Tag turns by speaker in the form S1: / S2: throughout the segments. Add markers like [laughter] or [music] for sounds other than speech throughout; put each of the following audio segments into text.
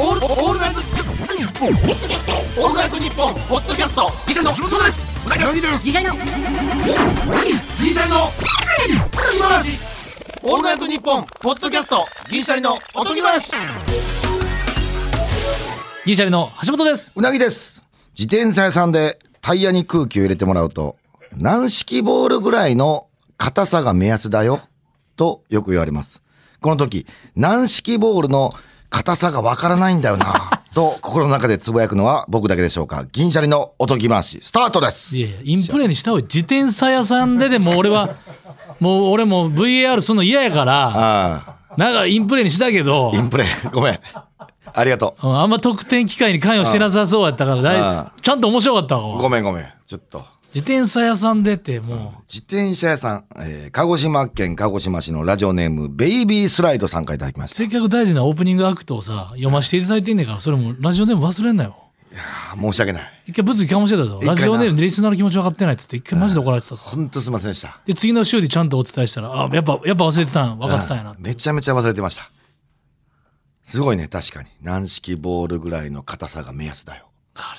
S1: オールオールナイトニッポンオールナイトニッポンポッドキャストギシャリの木本そうですうなぎの
S2: 次回の
S1: ギシャリの今話オールナイトニッポンポッドキャストギシャリのおとぎ話
S3: ギリシャリの橋本です。
S4: うなぎです。自転車屋さんでタイヤに空気を入れてもらうと、軟式ボールぐらいの硬さが目安だよ、とよく言われます。この時、軟式ボールの硬さがわからないんだよな、 [laughs] と心の中でつぶやくのは僕だけでしょうか。銀シャリのおとぎ回し、スタートです
S3: い。やいや、インプレーにした方が自転車屋さんででも俺は、 [laughs] もう俺も VAR するの嫌やから、
S4: あ
S3: なんかインプレーにしたけど
S4: あ、イ、ンプレ、ごめん。ありがと
S3: うんあんま得点機会に関与してなさそうやったから、だ
S4: あ
S3: いちゃんと面白かった
S4: う。
S3: わ。
S4: ごめんごめん。ちょっと。
S3: 自転車屋さんでっても
S4: 自転車屋さん、えー鹿児島県鹿児島市のラジオネーム、ベイビースライドさんからいただきま
S3: う、
S4: した。
S3: せっかく大事なオープニングアクトをさ、読ませていただいてんねんから、それもラジオでも忘れんなよ。
S4: あ申し訳ない。
S3: 一回物議かもしれたぞ。
S4: 一
S3: ラ
S4: 回な
S3: ジオネームでリスナーの気持ち分かってないっつって、一回マジで怒られてたぞ。
S4: ほんとすいませんでした。
S3: で、次の週でちゃんとお伝えしたら、あ、やっぱ、やっぱ忘れてたん、分かってたんやな。
S4: めちゃめちゃ忘れてました。すごいね、確かに。軟式ボールぐらいの硬さが目安だよ。 [laughs]
S3: あ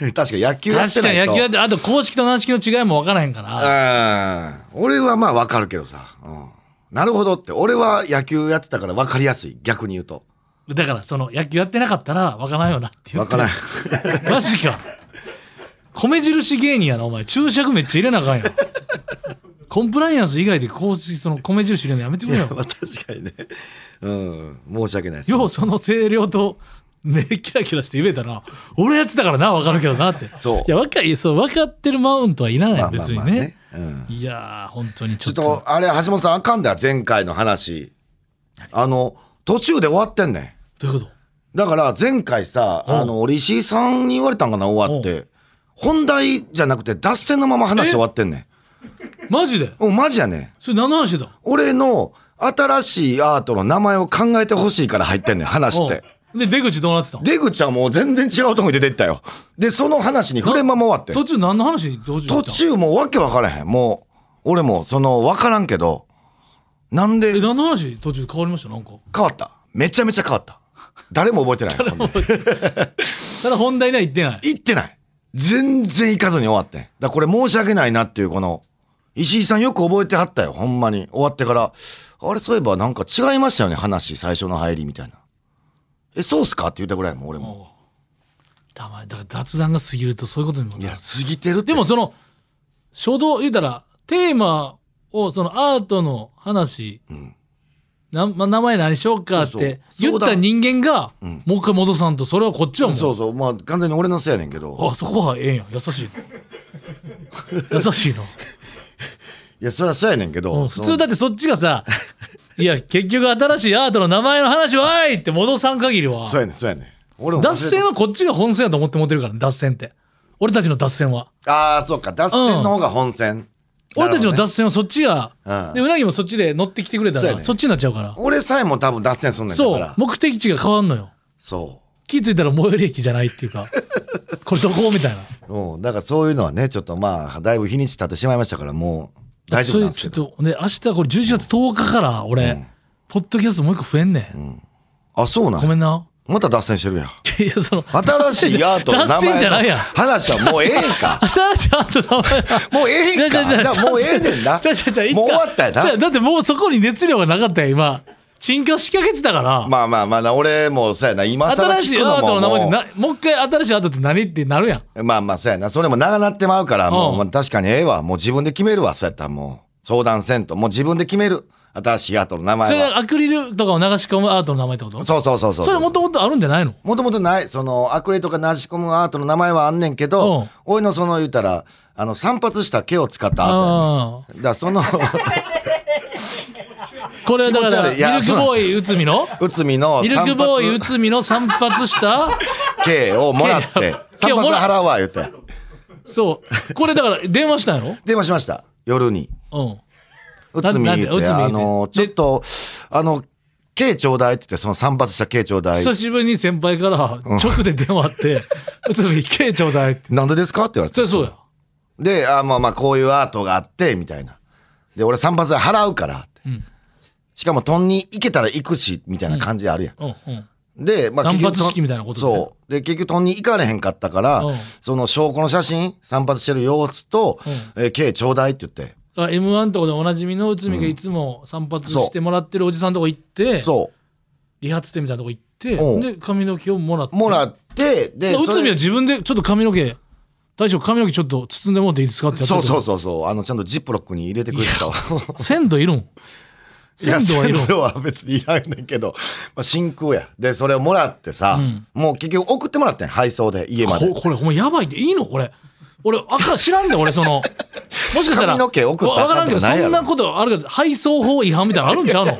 S3: れ
S4: 確
S3: な。
S4: か野球やって
S3: 確か
S4: ない
S3: に
S4: と。
S3: 野球やってあと公式と軟式の違いも分からへんから
S4: うん俺はまあわかるけどさ。うんなるほどって。俺は野球やってたからわかりやすい。逆に言うと。
S3: だからその野球やってなかったら分からんよなっていう
S4: わからん。
S3: [laughs] マジか米印芸人やなお前注釈めっちゃ入れなあかんよコンプライアンス以外で公式その米印入れるのやめてくれ
S4: いや
S3: よ
S4: まあ [laughs] 確かにね。うん。申し訳ないです。
S3: ようその声量と目キラキラして言えたな俺やってたからな分かるけどなって
S4: そう
S3: や分かいやそう分かってるマウントはいらない別にね,、
S4: うん
S3: いやー本当にち
S4: ち
S3: ょ
S4: ょ
S3: っ
S4: っ
S3: と
S4: と、あれ、橋本さんあかんだよ。前回の話。あの、途中で終わってんねん。
S3: どういうこ
S4: だから前回さ、
S3: うん
S4: あの、俺石井さんに言われたんかな、終わって。本題じゃなくて、脱線のまま話終わってんね
S3: とマジで
S4: ん。うん、マジやねん。
S3: それ何の話だ
S4: 俺の新しいアートの名前を考えてほしいから入ってんねん、話って。
S3: うんで出口どうなってたの
S4: 出口はもう全然違うとこに出てったよ。で、その話に触れまま終わってん。
S3: 途中何の話途中
S4: 途中もうわけわからへん。もう、俺も、その、わからんけど、なんで
S3: え何の話途中変わりましたなんか
S4: 変わっためちゃめちゃ変わった。誰も覚えてない。ほんで
S3: ただ本題には言ってない
S4: 行ってない。全然行かずに終わってん。だからこれ申し訳ないなっていう、この、石井さんよく覚えてはったよ、ほんまに。終わってから、あれ、そういえばなんか違いましたよね、話、最初の入りみたいな。え、そうっすかって言ったぐらいやもん、俺も。
S3: もうたまにだから雑談が過ぎるとそういうことにも
S4: い
S3: な
S4: や、
S3: る
S4: 過ぎてるって。
S3: でも、その書道言うたらテーマをそのアートの話
S4: うん。
S3: な、ま、名前何しようかっ
S4: そうそう
S3: て言っ
S4: 相
S3: た
S4: 談
S3: 人間が
S4: うん
S3: もう一回戻さんとそれはこっちはもう
S4: そうそう、まあ、完全に俺のせいやねんけど。
S3: あそこはええんや優しい
S4: [laughs]
S3: の優しいの
S4: いや、そりゃそうやねんけ
S3: う
S4: ど。
S3: ん普通だ
S4: っ
S3: ってそっちがさいや結局新しいアートの名前の話はーいって戻さん限りは
S4: そうやねん、そうやねん。俺も忘れ
S3: 脱
S4: て
S3: 線はこっちが本線やと思って持ってるからね脱線って俺たちの脱線は
S4: ああ、そうか、脱線の方が本線。
S3: 俺たちの
S4: なる
S3: 脱線はそっちが、
S4: ほどね
S3: で
S4: うん
S3: うなぎもそっちで乗ってきてくれた
S4: そう
S3: ら
S4: や
S3: そ,、
S4: ね
S3: っちになっちゃうから
S4: 俺さえも多分脱線すんねんだ
S3: そ
S4: か
S3: う
S4: ら。
S3: 目的地が変わんのよ
S4: そう。
S3: 気づいたら最寄り駅じゃないってい
S4: [laughs]
S3: うかこれどこみたいな
S4: うん、だからそういうのはね、ちょっとまあ、だいぶ日にち経ってしまいましたから、もう大丈夫なんですけ
S3: そ
S4: ど。
S3: れちょっとで明日これ11月10日から俺、
S4: うん
S3: ポッドキャストもう一個増えんねん、
S4: あ、そうな
S3: ごめ
S4: ん。
S3: んな
S4: また脱線してるやん。
S3: いやその
S4: 新しいアートの名
S3: [laughs] 脱線
S4: 前
S3: じゃないやん
S4: の話はもうええんか。
S3: 新しいアートの名前は
S4: もうえ
S3: [laughs]
S4: えんか。じゃあもうええねんな。
S3: じゃあじゃあじゃあ一旦
S4: もう終わったや
S3: じゃあ
S4: な。
S3: だってもうそこに熱量がなかったよ今沈下しかけてたから、
S4: まあまあまあな、俺もそうやな、今更
S3: 新し
S4: 聞
S3: い
S4: く
S3: アー
S4: の
S3: トの
S4: も
S3: 名前
S4: も
S3: ってなもう一回新しいアートって何ってなるやん
S4: う。まあまあそうやな、それも長なってまうから、も
S3: う
S4: うんまあ確かにええわ。もう自分で決めるわ、そうやったらもう。相談せんと。もう自分で決める。新しいアートの名
S3: そ
S4: 前
S3: れ
S4: は。
S3: がアクリルとかを流し込むアートの名前ってこと
S4: そうそうそうそう。
S3: それもともとあるんじゃないの
S4: もともとない、その、アクレとかなし込むアートの名前はあんねんけ
S3: う
S4: ど
S3: ん、
S4: 俺のその言うたら、あの、散髪した毛を使ったアート
S3: ああ
S4: やねん。だからそ
S3: [laughs]
S4: の、
S3: これはだか
S4: 気持ち
S3: ら
S4: 悪いいや
S3: ミルクボーイ内海の
S4: うつみの
S3: ミルク
S4: 散
S3: ボー
S4: 髪
S3: イ内海の散髪した
S4: 毛をもらって、
S3: 毛
S4: 散
S3: を
S4: 髪
S3: もら
S4: 払うわ、言って。
S3: そうこれだから電話したんや
S4: 電話しました、夜に。
S3: ろうん
S4: うつみ
S3: なんで
S4: 言
S3: う
S4: う
S3: つ
S4: て、
S3: み言うて
S4: あの、ちょっと、あの、毛ちょうだいって言って、その散髪した毛ちょうだい
S3: 久。しぶりに先輩から直で電話あって「内海けちょうだい」って
S4: なんでですかって言われ
S3: そ
S4: て
S3: りゃ。そうや
S4: で、あまあまあ、こういうアートがあって、みたいな。で、俺散髪代払うからって
S3: うん
S4: しかも、トンに行けたら行くし、みたいな感じあるやん。
S3: うんうん
S4: で、ま
S3: 断
S4: 結局
S3: 髪式みたいなことだよね
S4: そう。で、結局、とんに行かれへんかったから、
S3: うん
S4: その証拠の写真、散髪してる様子と、えー、K ちょうだいって言って。
S3: あ M1 とかでおなじみの内海がいつも散髪してもらってるおじさんとこ行って、
S4: そ
S3: 理髪店みたいなとこ行って、
S4: うん
S3: で、髪の毛をもらって。
S4: う。もらって、で、
S3: 内
S4: そ
S3: 海は
S4: れ
S3: 自分でちょっと髪の毛、大将髪の毛ちょっと包んでもらっていいですかってやった
S4: そう
S3: けど
S4: そうそうそう。あの、ちゃんとジップロックに入れてくれてたわ。
S3: 鮮度いるん
S4: [laughs] いや、
S3: 鮮度はいるん
S4: 鮮度は別にいらんねんけど、まあ、真空や。で、それをもらってさ、
S3: うん
S4: もう結局送ってもらってん、配送で、家まで。
S3: ここれほんまやばいでいいのこれ俺赤知らんで俺
S4: [laughs]
S3: そのもしかしたら
S4: 髪の毛送ったら
S3: わ
S4: あ
S3: か
S4: からん
S3: ん
S4: と
S3: け
S4: かな
S3: ど
S4: い
S3: そ
S4: やろ
S3: んなことあるけど配送法違反みたいなのあるんちゃうの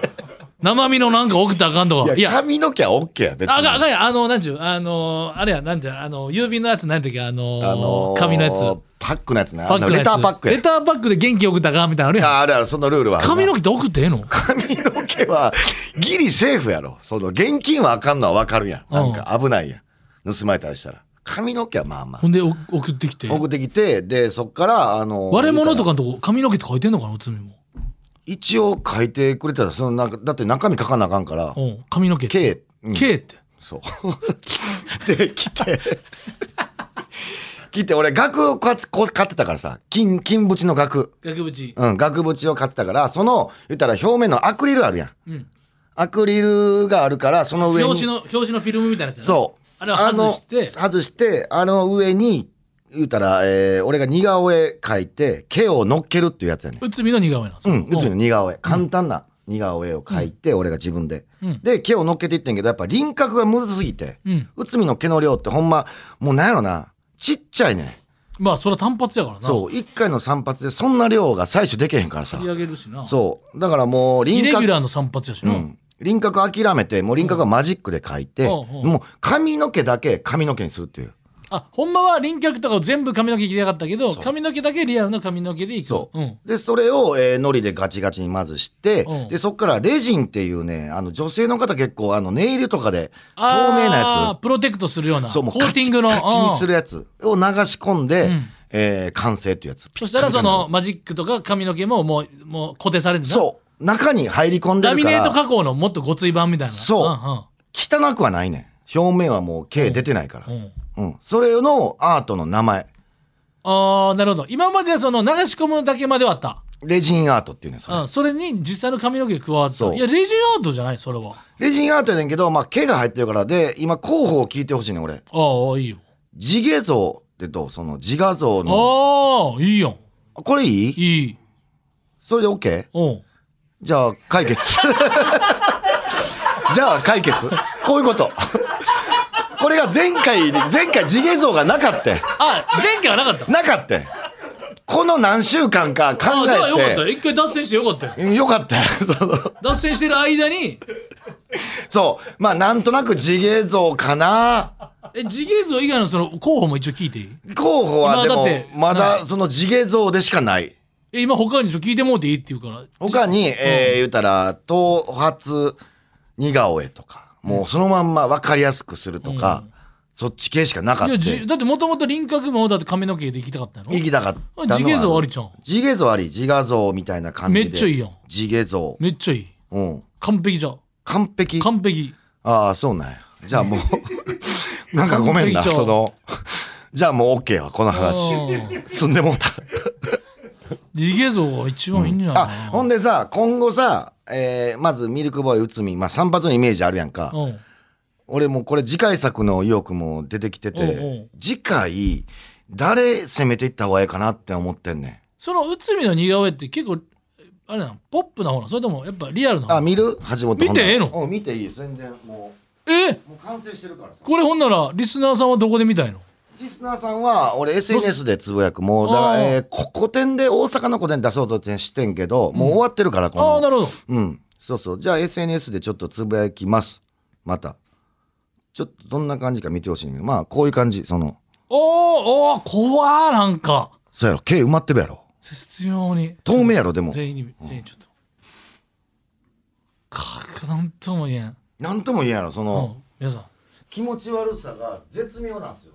S3: 生身のなんか送ったらあかんとか
S4: いや、髪の毛は OK や、別に。
S3: あかんあかんやんあのなんちゅうあのあれやなんてあの郵便のやつなんていうかあの
S4: あのー
S3: 紙のやつ
S4: パックのやつね。
S3: パックのやつ
S4: レターパックや。
S3: レターパックで元気送ったらあかんみたいなのあるやん
S4: ああれある、そのルールはあるな。
S3: 髪の毛って送ってえ
S4: [laughs]
S3: えの
S4: 髪の毛はギリセーフやろその現金はあかんのはわかるやんなんか危ないやん盗まれたりしたら髪の毛はまあま
S3: ほんでお送ってきて
S4: あ送ってきてでそっからあの
S3: 割れ物とか
S4: 言う
S3: のとこ髪の毛って書いてんのかな内海も
S4: ら一応書いてくれたらそのなんかだって中身書かなあかんから
S3: うん髪の毛って
S4: 毛うん
S3: K って
S4: そう [laughs] で来て来て俺額を買っこう買ってたからさ金金縁の額
S3: 額縁
S4: うん額縁を買ってたからその言ったら表面のアクリルあるやん
S3: うん
S4: アクリルがあるからその上に
S3: 表紙の表紙のフィルムみたいなやつやな
S4: そう。
S3: あれは外して
S4: あの外して、あの上に、言うたら、えー俺が似顔絵描いて、毛を乗っけるっていうやつやねん。
S3: 内海の似顔絵なんです
S4: うん、うつみの
S3: の。
S4: 似顔絵。簡単な似顔絵を描いて、俺が自分で。
S3: うん。
S4: で、毛を乗っけていってんけど、やっぱ輪郭がむずすぎて、
S3: うん。
S4: うつみの毛の量ってほんま、もうなんやろな、ちっちゃいねん。
S3: まあ、それは単発やからな。
S4: そう、一回の散髪でそんな量が採取できへんからさ
S3: 切り。上げるしな。
S4: そう。だからもう
S3: イ
S4: 輪
S3: レギュ
S4: 郭、
S3: ラーの散髪やし
S4: う
S3: な。
S4: ん。輪郭諦めて、もう輪郭はマジックで描いて、
S3: うんうん
S4: もう髪の毛だけ髪の毛にするっていう。
S3: あ、ほんまは輪郭とかを全部髪の毛切りやがったけど、
S4: そう
S3: 髪の毛だけリアルの髪の毛でいく。
S4: そう
S3: うん。
S4: で、それを、えー、のりでガチガチにまずして
S3: うん、
S4: で、そっからレジンっていうね、あの、女性の方結構、あの、ネイルとかで、透
S3: あー
S4: 明な
S3: プロテクトするような。
S4: やつ、そう、もう
S3: コーティングの。
S4: カチカチにするやつを流し込んで、
S3: うん
S4: えー完成っていうやつ。
S3: うんそしたら、その、
S4: ピ
S3: マジックとか髪の毛ももう、もう固定されるん
S4: ッ
S3: だ。
S4: カピカになる、そう、中に入り込んで
S3: ラ
S4: る
S3: ミ
S4: か
S3: ネート
S4: ら、
S3: 加工のもっとごつい版みたいな。
S4: そうん汚くはないねん。表面はもう、毛出てないから
S3: う。ん。うん。
S4: うん。それのアートの名前、
S3: ああ、なるほど。今まではその流し込むだけまではあった。
S4: レジンアートっていうねん、それ
S3: うん、それに実際の髪の毛加わっ
S4: そ
S3: た。
S4: う
S3: いや、レジンアートじゃない、それは。
S4: レジンアートやねんけど、まあ、毛が入ってるから、で、今、候補を聞いてほしいねん、俺。
S3: ああ、いいよ。
S4: 地毛像ってどうその自画像の。
S3: ああ、いいやん。
S4: これいい
S3: いい。
S4: それで OK?
S3: うん。
S4: じゃあ解決じゃあ解決こういうことこれが前回前回地毛像がなかったん
S3: あ、前回はなかった。
S4: なかったんこの何週間か考
S3: ああ、ではよかったよ。
S4: え
S3: 一回脱線してよかったよ。
S4: てよかったよ [laughs] そう
S3: 脱線してる間に、
S4: そうまあなんとなく地毛像かな
S3: え、地芸像以外のその候補も一応聞いていい
S4: 候補はで
S3: 今
S4: も
S3: だって
S4: ま
S3: は
S4: だ
S3: い
S4: その地毛像でしかない
S3: え、今他にちょっと聞いてもうていいって言うから。
S4: 他に、えー言うたら頭髪似顔絵とかもうそのまんま分かりやすくするとか、
S3: うん
S4: そっち系しかなかっ
S3: い
S4: た
S3: や、じだってもともと輪郭もだって髪の毛で行きたかったの
S4: 行きたかったのは
S3: 地毛像ありちゃん。
S4: 地毛像あり自画像みたいな感じ
S3: め
S4: で
S3: っちゃいいやん。
S4: 地毛像
S3: めっちゃいい。
S4: うん
S3: 完璧じゃん。
S4: 完璧
S3: 完璧。
S4: ああそうなんやじゃあも
S3: [laughs]
S4: うなんかごめんな
S3: 完璧じゃん
S4: そのじゃあもう OK はこの話
S3: うん
S4: 進んでもうた
S3: 地毛像が一番いいんじゃないかな
S4: あほんでさ今後さえーまずミルクボーイ内海まあ散髪のイメージあるやんか
S3: うん。
S4: 俺もうこれ次回作の意欲も出てきてて
S3: おうおう
S4: 次回誰攻めていった方がいいかなって思ってんねん
S3: その内海の似顔絵って結構あれなのポップな方なのそれともやっぱリアルな
S4: あ
S3: 方なの
S4: 見る橋本
S3: 見てええの
S4: ほんならうん見ていいよ全然も
S3: えー
S4: うもう完成してるからさ
S3: これほんならリスナーさんはどこで見たいの
S4: リスナーさんは、俺 SNS でつぶやく。もう、だか
S3: あ
S4: ら、
S3: ー
S4: えーこ古典で大阪の古典出そうぞってしてんけど、もう終わってるから、こ
S3: ああ
S4: の。
S3: なるほど
S4: うん。そうそう。じゃあ SNS でちょっとつぶやきます。また。ちょっとどんな感じか見てほしいんだけどまあ、こういう感じ。その、
S3: おーおー怖ーなんか
S4: そうやろ、毛埋まってるやろ。
S3: 絶妙に
S4: 透明やろ、でも。
S3: 全員に全員ちょっとかなんとも言えん、
S4: なんとも言えんやろ、そうの、
S3: ん、皆さん
S4: 気持ち悪さが絶妙なんですよ。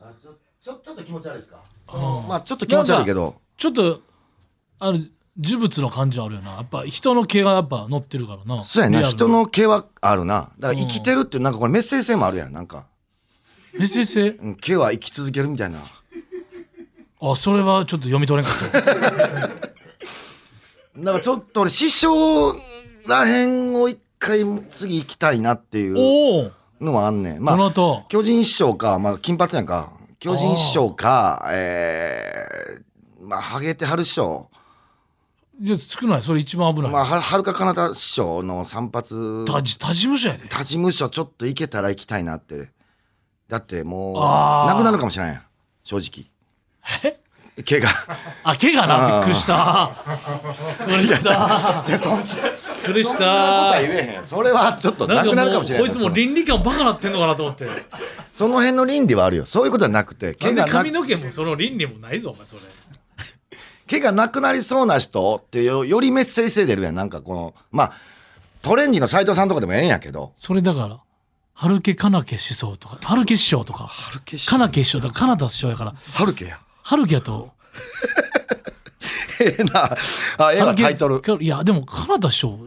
S4: あちょ、ちょ、ちょっと気持ち悪いですかその
S3: あー
S4: まあ、ちょっと気持ち悪いけど。
S3: ちょっとあの呪物の感じはあるよなやっぱ人の毛がやっぱ乗ってるからな
S4: そうやな、
S3: リアル
S4: 人の毛はあるな。だから生きてるっていう、なんかこれメッセージ性もあるやん。なんか、
S3: メッセージ性
S4: うん毛は生き続けるみたいな。
S3: あそれはちょっと読み取れんかった
S4: なんかちょっと俺、師匠らへんを一回次行きたいなって [laughs] いう
S3: おお、
S4: のはあんねん。
S3: ど
S4: まあ、
S3: なた
S4: 巨人師匠か、まあ、金髪やんか。巨人師匠か、えー、まあ、ハゲてはる師匠。
S3: じゃあ少ないそれ一番危ない、
S4: まあ、ははるかかなた師匠の散髪。
S3: 他事他事務所やで
S4: 他事務所ちょっと行けたら行きたいなってだってもう
S3: あー
S4: なくなるかもしれないやん正直
S3: え
S4: 怪我
S3: あ毛が
S4: あ
S3: な
S4: ー
S3: びっくりしたびっくりした
S4: いやそんなこ
S3: びっくりし
S4: とは
S3: た
S4: 言えへんそれはちょっと
S3: な
S4: なんくなるか
S3: かもう
S4: もしれ
S3: こ
S4: ないい
S3: つも倫理観バカなってんのかなと思って
S4: その辺の倫理はあるよそういうことはなくて
S3: な
S4: 怪
S3: んで
S4: 我な
S3: 髪の毛もその倫理もないぞお前それ
S4: 怪我なくなりそうな人ってよよりメッセージ性出るやんなんかこのまあトレンディの斎藤さんとかでもええんやけど
S3: それだから春家かなけ思想とか春家師匠とか
S4: 春け
S3: かなけ師匠だからかなた師匠やから
S4: 春けや
S3: 春家やと
S4: ええなあええわタイトル
S3: いやでもかなた師匠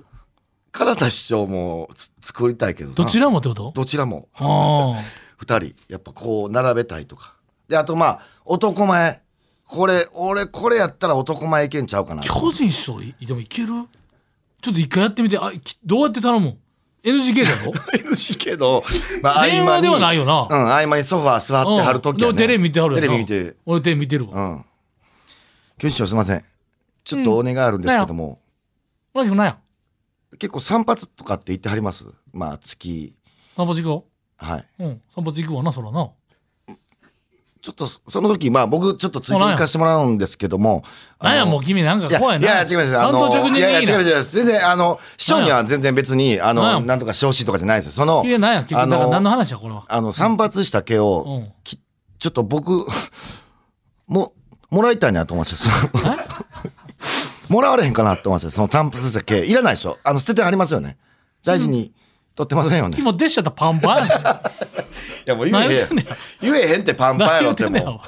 S4: 唐田師匠もつ作りたいけどな
S3: どちらもってこと
S4: どちらも
S3: ああ
S4: 2人やっぱこう並べたいとかであとまあ男前これ俺これやったら男前いけんちゃうかな
S3: 巨人師匠いでもいけるちょっと一回やってみてあきどうやって頼むん NGK だろ
S4: しいけど、まあ、
S3: 電話ではないいよな、
S4: うん合間にソファー座ってはる時は、
S3: うん
S4: ね、
S3: でもテレビ見てはるよ
S4: テ
S3: な
S4: レビ見てる
S3: 俺テレビ見てるわ、
S4: うん教師長すいませんちょっとお願いあるんですけども、
S3: マジかなんや
S4: 結構散髪とかって言ってはりますまあ月
S3: 散髪行く
S4: はい
S3: わうん散髪行くわなそらな
S4: ちょっとそその時まあ僕ちょっとついて行かしてもらうんですけども
S3: なんやもう君なんか
S4: いや
S3: 怖い
S4: い
S3: な
S4: や、違います。あの
S3: 単刀直入、
S4: い
S3: にいいな
S4: やいや、違います違います。全然、あの、市長には全然別に、あ
S3: なん
S4: の、
S3: や
S4: なんとかしてほしいとかじゃないですよ。その
S3: い、やなんや結
S4: あの
S3: 局だから何の話やこれは
S4: あの、散髪した毛
S3: う
S4: を、
S3: ん
S4: ちょっと僕、も、もらいたいなと思いましたその。
S3: え
S4: [laughs] もらわれへんかなと思いました。その散髪した毛、いらないでしょ。あの、捨ててありますよね。大事に取ってませんよね。
S3: 君も出しちゃったパンパンやん
S4: や、もう
S3: 何言ってんねん
S4: 言えへんってパンパンや
S3: 何
S4: ろっ
S3: 言っててんねんお
S4: も
S3: 前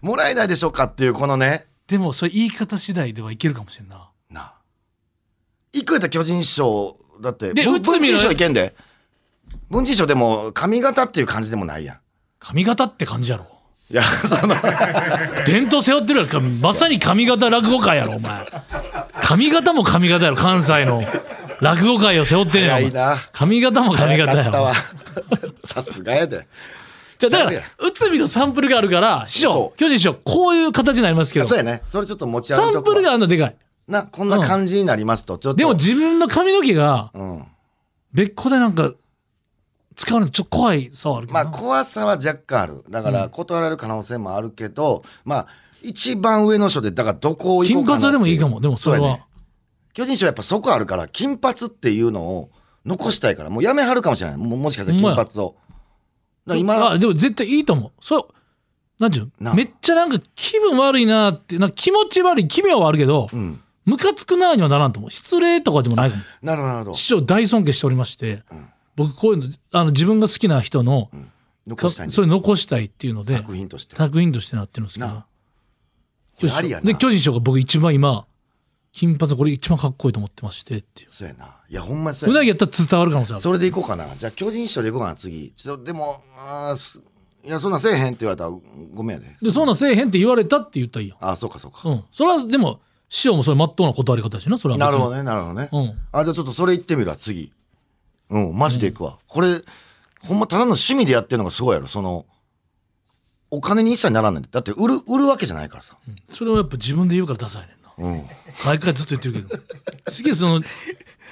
S4: う。もらえないでしょうかっていう、このね、
S3: でもそれ言い方次第ではいけるかもしれんな
S4: なあ。いくらやったら巨人師匠、だって、
S3: で
S4: ぶ
S3: 内海の
S4: 文人師匠いけんで。文人師匠でも、髪型っていう感じでもないやん。
S3: 髪型って感じやろ
S4: い
S3: [laughs]
S4: や、その、
S3: 伝統背負ってるやろまさに髪型落語界やろお前髪型も髪型やろ関西の落語界を背負ってんねんお
S4: 早
S3: 前
S4: いな。
S3: 髪型も髪型や
S4: 早かった
S3: ろ
S4: わ。 [laughs] さすがやで。
S3: じゃあだか
S4: ちゃうや
S3: ら内海のサンプルがあるから師匠
S4: そう
S3: 巨人師匠こういう形になりますけど
S4: そうや
S3: サ
S4: ね。それちょっと持ち歩いと
S3: ン
S4: こ
S3: プ
S4: う
S3: ルがあるのでかい
S4: な、こんな感じになりますと、ちょっと。
S3: でも自分の髪の毛が
S4: うん。
S3: 別個でなんか使われるのちょっと怖いさはあるけど
S4: ま
S3: な、
S4: あ、怖さは若干ある。だから、
S3: うん
S4: 断られる可能性もあるけど、まあ、一番上の人で、だからどこを行こうかなってう
S3: 金髪でもいいかもでもそれは
S4: うやね巨人賞やっぱそこあるから、金髪っていうのを残したいから、もうやめはるかもしれない。ももしかしたら
S3: ほんま
S4: 金
S3: や
S4: 髪を。だから今、
S3: あでも絶対いいと思うそうなんていう
S4: な
S3: のめっちゃなんか気分悪いなってなんか気持ち悪い奇妙はあるけど
S4: うん。
S3: ムカつくなーにはならんと思う失礼とかでもないかも
S4: なるほど、なるほど
S3: 師匠大尊敬しておりまして、
S4: うん
S3: 僕こういうのあの自分が好きな人の、
S4: 残したいんで
S3: そ
S4: す
S3: れ残したいっていうので
S4: 作品として。
S3: 作品としてなってるんですけど
S4: なこ
S3: 巨
S4: れあり
S3: 人
S4: や
S3: 賞
S4: な
S3: で巨人師匠が僕一番今金髪これ一番かっこいいと思ってましてっていう
S4: そうやな。いや、ほんまにそう
S3: う
S4: やな
S3: なぎやったら伝わる可能性ある
S4: それでいこうかな。じゃあ、巨人師匠でいこうかな、次。ちょっと、でも、あーすいや、そんなんせえへんって言われたら、ごめんやで。
S3: でそんなんせえへんって言われたって言ったらいいよ、
S4: あー、そうか、そうか。
S3: うん、それはでも師匠もそれまっとうな断り方やしなそれは
S4: なるほ
S3: ね
S4: どね、なるほどね。
S3: うん
S4: あ、じゃあちょっとそれ行ってみるわ、次。うん、マジで行くわ。これ、ほんまただの趣味でやってるのがすごいやろ、その、お金に一切ならないんで。だって、売る、売るわけじゃないからさ。
S3: うんそれをやっぱ自分で言うからダサいねんな
S4: うん。
S3: 毎回ずっと言ってるけ
S4: [laughs]
S3: どすげえその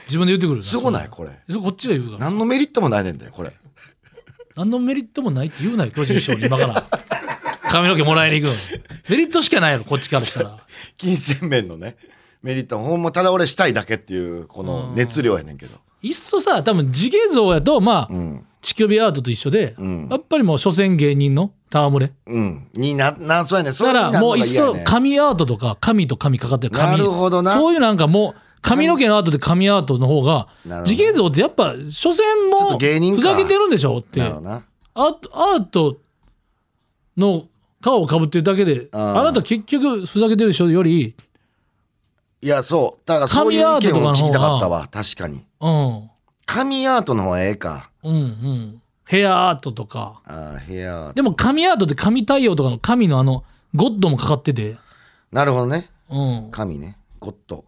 S3: 自分で言ってくるな
S4: すごない、
S3: そ
S4: これ。
S3: うそこっちが言うから
S4: 何のメリットもないねんだよ、これ。
S3: 何のメリットもないって言うなよ巨人師匠に
S4: [laughs]
S3: 今から髪の毛もらいに行くのメリットしかないやろこっちからしたら
S4: 金銭面のね、メリットも、ほんまただ俺したいだけっていう、この熱量やねんけど。
S3: いっそさ多分地毛像やとまあ、
S4: うん。
S3: 乳首アートと一緒で、
S4: うん
S3: やっぱりもう所詮芸人の戯れ
S4: うん。にな、なん、そうやねん。そ
S3: だ
S4: れに
S3: か
S4: な
S3: ら
S4: るの
S3: もう
S4: が
S3: いっ
S4: 嫌や
S3: そ
S4: ねん。
S3: 紙アートとか紙と紙かかってる紙
S4: なるほどな
S3: そういうなんかもう髪の毛のアートで紙アートの方が
S4: なるほど
S3: 地形像ってやっぱ所詮
S4: ちょっと
S3: も
S4: 芸人
S3: ふ
S4: か
S3: ざけてるんでしょって
S4: なる
S3: ア
S4: ほどな。
S3: ートアートの顔をかぶってるだけで
S4: あー
S3: あなた結局ふざけてるでしょより
S4: いや、そう。だからそういう意見を聞きたかったわ。確かに。
S3: うん。
S4: 紙アートの方がええか。
S3: うんうん。ヘアアートとか。
S4: ああ、ヘアアート。
S3: でも紙アートって紙太陽とかの紙のあの、ゴッドもかかってて。
S4: なるほどね。
S3: うん。
S4: 紙ね。ゴッド。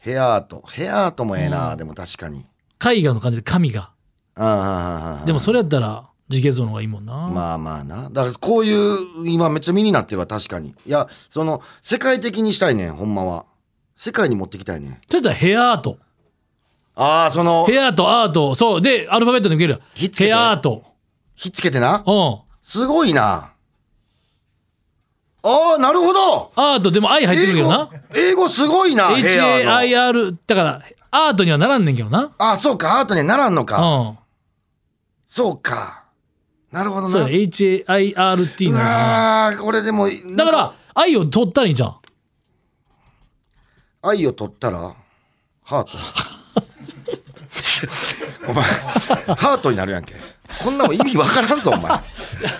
S4: ヘアアート。ヘアアートもええな。
S3: うん
S4: でも確かに。
S3: 絵画の感じで紙が。
S4: ああああああ。
S3: でもそれやったら、地形像の方がいいもんな。
S4: まあまあな。だからこういう、今めっちゃ身になってるわ、確かに。いや、その、世界的にしたいねん、ほんまは。世界に持ってきたいねん。
S3: それやったらヘアアート。
S4: ああ、その、
S3: ヘアアート、アート。そう。で、アルファベットで見ける
S4: ひっつけて
S3: ヘアアート。
S4: ひっつけてな。
S3: うん。
S4: すごいな。ああ、なるほど
S3: アート、でも愛入ってる
S4: 英
S3: けど
S4: 語
S3: な。、
S4: 英語すごいな、ヘアの。
S3: HAIR。だから、アートにはならんねんけどな。
S4: あ、そうか、アートにはならんのか。
S3: うん。
S4: そうか。なるほど
S3: そう
S4: な。
S3: だ、HAIRT
S4: う
S3: なのか
S4: わーこれでも、な
S3: な。だか
S4: ん
S3: ら、愛を取ったらいいじゃん。
S4: 愛を取ったらハート [laughs] お前ハートになるやんけこんなもん意味わからんぞお前ま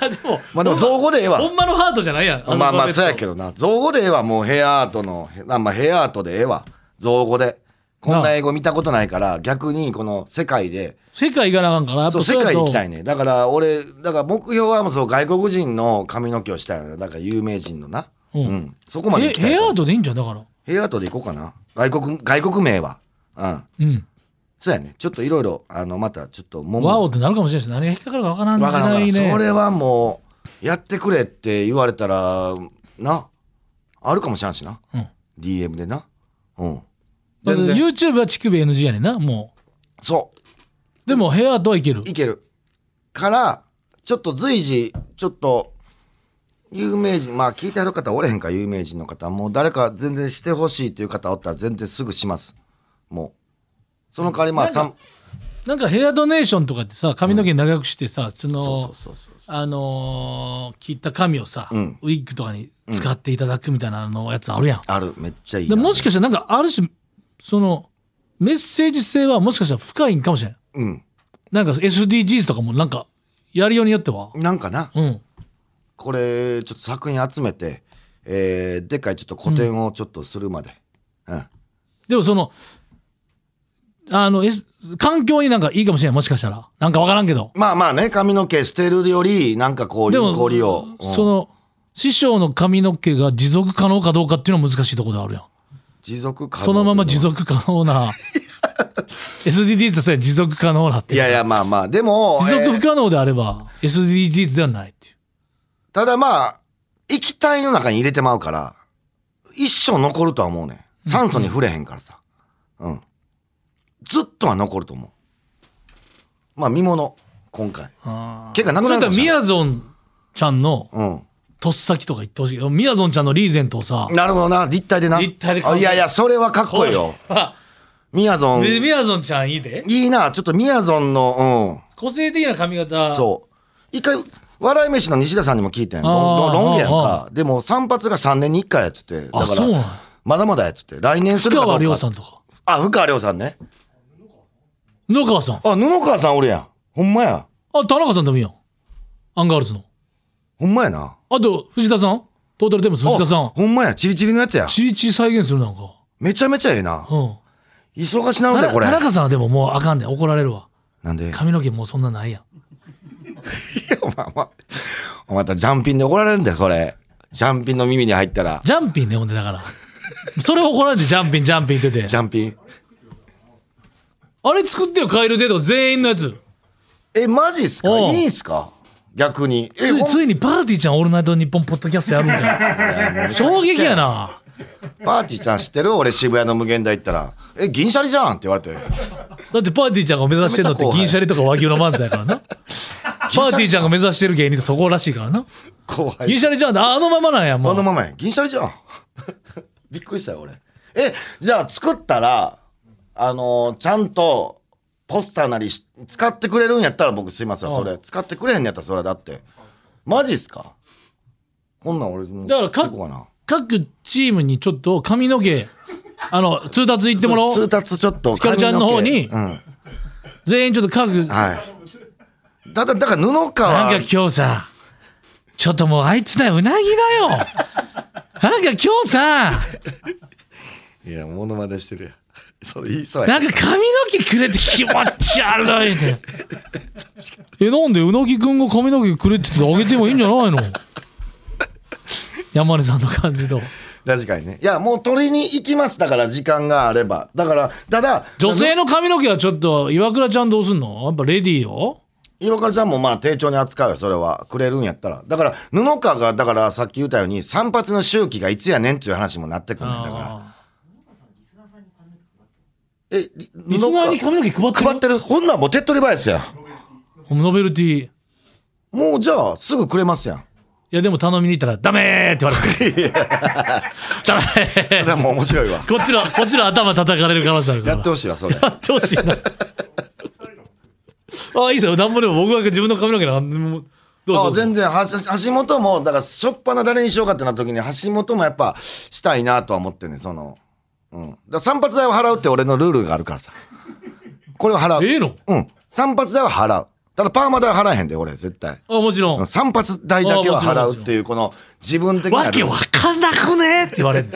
S3: あでも、
S4: あでも造語でええわ
S3: ほんまのハートじゃないやん。
S4: まあまあそうやけ
S3: ど。
S4: どな造語でええわもうヘアアートのへあまあヘアアートでええわ造語でこんな英語見たことないから逆にこの世界で
S3: 世界行かなあかんから、やっ
S4: そ
S3: ぱ
S4: う世界に行きた
S3: い。
S4: いねだから俺だから目標はもうそう外国人の髪の毛をしたいのよだから有名人のな
S3: う
S4: うんん、そこまで行
S3: え
S4: きたい
S3: ヘ
S4: か
S3: ア
S4: ら
S3: アートでいいんじゃん、だから。
S4: ヘアアートで行こうかな外国外国名はうん
S3: うん。
S4: そうやね。ちょっといろいろ、あの、また、ちょっと、も
S3: ワオってなるかもしれないし、何が引っかかるかわからん
S4: わからんわからん
S3: 時代ね
S4: それはもう、やってくれって言われたら、な、あるかもしれんしな。
S3: うん。
S4: DM でな。うん。
S3: だって
S4: 全然。
S3: YouTube は乳首 NG やねんな、も。
S4: そう
S3: でも、ヘアアートはいける
S4: う。。いける。から、ちょっと随時、ちょっと、有名人、まあ、聞いてはる方おれへんか、有名人の方。もう、誰か全然してほしいという方おったら、全然すぐします。もう。その代わり、まあ、
S3: なんか
S4: さん
S3: なんかヘアドネーションとかってさ、髪の毛長くしてさ、そ
S4: そう
S3: の
S4: そう、そうそう。
S3: あのー切った髪をさ、
S4: うん
S3: ウィッグとかに使っていただくみたいなのやつあるやん。
S4: ある、めっちゃいい
S3: で
S4: な。
S3: もしかしたらなんかある種そのメッセージ性はもしかしたら深いんかもしれん
S4: うん。
S3: なんか SDGs とかもなんかやりようによっては
S4: なんかな。
S3: うん
S4: これちょっと作品集めて、えーでっかいちょっと個展をちょっとするまで、うん
S3: でもそのあの、S、環境になんかいいかもしれんもしかしたらなんかわからんけど
S4: まあまあね髪の毛捨てるよりなんかこう
S3: で
S4: 有
S3: も
S4: 効利用、うん
S3: その師匠の髪の毛が持続可能かどうかっていうのは難しいところであるやん
S4: 持続可能
S3: そのまま持続可能な SDGs だそうやん持続可能なって
S4: い
S3: いう
S4: やいやまあまあでも
S3: 持
S4: え
S3: 続
S4: ー
S3: 不可能であれば SDGs ではないっていう
S4: ただまあ液体の中に入れてまうから一生残るとは思うね酸素に触れへんからさうんずっとは残ると思うまあ見物今回結果なくなる
S3: そ
S4: か
S3: れ
S4: も
S3: だ
S4: し
S3: み
S4: れない
S3: やぞんちゃんの
S4: うん
S3: とっさきとか言ってほしいみやぞんちゃんのリーゼントをさ
S4: なるほどな立体でな
S3: 立体で
S4: あいやいやそれはかっこいいよみやぞん
S3: でみやぞんちゃんいいで
S4: いいな、ちょっとみやぞんの、
S3: 個性的な髪
S4: う
S3: 型
S4: ん、そう。一回、笑い飯の西田さんにも聞いてん。ロ
S3: あー
S4: ンロン毛やん
S3: あ
S4: か。でも散髪が3年に1回やっつって。だか
S3: あそうなん
S4: ら、
S3: や
S4: まだまだやっつって。来年す
S3: 福
S4: るかど
S3: 川
S4: う
S3: 亮
S4: か。
S3: さんとか
S4: あ、福川亮さんね。
S3: 野川さん
S4: あ、布川さんおるやん。ほんまや。
S3: あ田中さんでもいいやんアンガールズの
S4: ほんまやな。
S3: あと藤田さんトータルテンボス藤田さ
S4: あ
S3: ん
S4: ほんまや。チリチリのやつや。
S3: ちいちい再現するなんか
S4: めちゃめちゃええな。
S3: うん
S4: 忙しな
S3: 田
S4: るで、これ
S3: 田。中さんはでももうあかんで怒られるわ
S4: なんで。いや [laughs]
S3: 髪の毛もうそんなないやん
S4: お前、お前お前、ジャンピンで怒られるんだよ、それ。ジャンピンの耳に入ったら。
S3: ジャンピンねほんでだから [laughs] それ怒られてジャンピンジャンピンって言っ
S4: ジ
S3: てて
S4: ャンピン。
S3: あれ作ってよカエルデート全員のやつ
S4: え、マジっすか
S3: おう
S4: いいんすか逆に。え、
S3: つい
S4: ほん
S3: ついにパーティーちゃんオールナイトニッポンポッドキャストやる
S4: [laughs]
S3: んかい衝撃やな
S4: パーティーちゃん知ってる俺渋谷の無限大行ったら「え銀シャリじゃん」って言われて
S3: だってパーティーちゃんが目指してるのって
S4: めちゃめちゃ後輩
S3: 銀シャリとか和牛の漫才
S4: [laughs]
S3: やからなパーティーちゃんが目指してる芸人ってそこらしいからな
S4: 怖い
S3: 銀シャリじゃんってああのままなんやも
S4: あ
S3: う
S4: のままや銀シャリじゃん [laughs] びっくりしたよ俺えじゃあ作ったらあのーちゃんとポスターなりし使ってくれるんやったら僕すいません
S3: うん
S4: それ使ってくれへんのやったらそれだってマジっすかこんなん俺もう
S3: だからか
S4: 作ってこうな
S3: 各チームにちょっと髪の毛あの通達行ってもらお
S4: 通
S3: う
S4: 達ちょっと
S3: ひかるちゃんの方に
S4: 髪の毛
S3: 全員ちょっと各
S4: うんはいだだだから布
S3: なん
S4: 川
S3: か今日さ、ちょっともうあいつだよ、うなぎだよ。なんか今日さ、
S4: いや、モノマネしてるやん。 [laughs] それ言いそうや。
S3: なんか髪の毛くれて気持ち悪いね。え、なんでうなぎくんが髪の毛くれって言ってあげてもいいんじゃないの山根さんの感じと。
S4: 確かにね。いや、もう取りに行きます。だから、時間があれば。だから、ただ、
S3: 女性の髪の毛はちょっと、岩倉ちゃんどうすんのやっぱレディーよ
S4: 岩倉ちゃんもまあ、丁重に扱うよ、それは。くれるんやったら。だから、布川が、だから、さっき言ったように、散髪の周期がいつやねんっていう話もなってくるねんだから。
S3: あ
S4: え、
S3: ーリスナーに
S4: 布川
S3: 髪の毛配って
S4: 配
S3: る
S4: ってる。ほんなんもう手っ取り早いっすやん。
S3: ノベルティい
S4: もう、じゃあ、すぐくれますやん。
S3: やでも頼みに行ったら「ダメ!」って言われてダメ
S4: でも、面白いわ。
S3: こっちのこっちの頭叩かれる可能性あるから
S4: やってほしいわ、それ。
S3: やってほしいな [laughs] あいいですよ何もでも僕は自分の髪の毛なんでもどうぞ
S4: あ全然は橋本もだからしょっぱな誰にしようかってなった時に橋本もやっぱしたいなとは思ってんねんその、うん、だから散髪代を払うって俺のルールがあるからさこれを払う
S3: ええの
S4: うん散髪代は払うただパーマ代は払えへんで俺絶対
S3: あもちろ
S4: うん
S3: ん
S4: 散髪代だけは払うっていうこの自分的な
S3: わ
S4: ルー
S3: け
S4: ル
S3: わかんなくねって言われる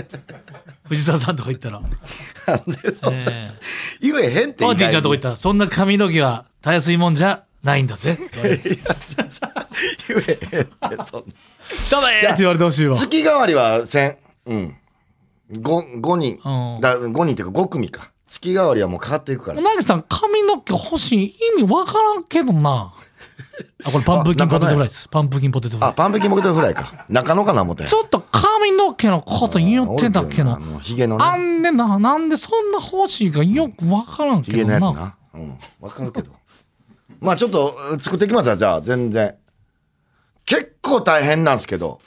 S3: 藤沢さんとか行ったらねえ
S4: 言えへんって
S3: パーティーちゃんとこ行
S4: 言
S3: ったらそんな髪の毛はたやすいもんじゃないんだぜって言われる
S4: えへんってそんな
S3: ダメって言われてほしい [laughs] わ
S4: 月替わりは1000うん五五人
S3: うん
S4: だ5人っていうか5組か月替わりはもう変わっていくから
S3: うなぎさん髪の毛欲しい意味わからんけどなあこれパンプキンポテトフライですパンプキンポテトフラ
S4: あ
S3: イ
S4: パンプキンポテトフライか中野かな思って
S3: ちょっと髪の毛のこと言ってたけど
S4: あのヒゲの
S3: あ
S4: ね
S3: んでななんでそんな欲しいかよくわからん
S4: ヒ
S3: け
S4: ゲ
S3: ど
S4: のや
S3: な
S4: つなうんわかるけどまあちょっとうん作ってきますわじゃあ全然結構大変なんですけど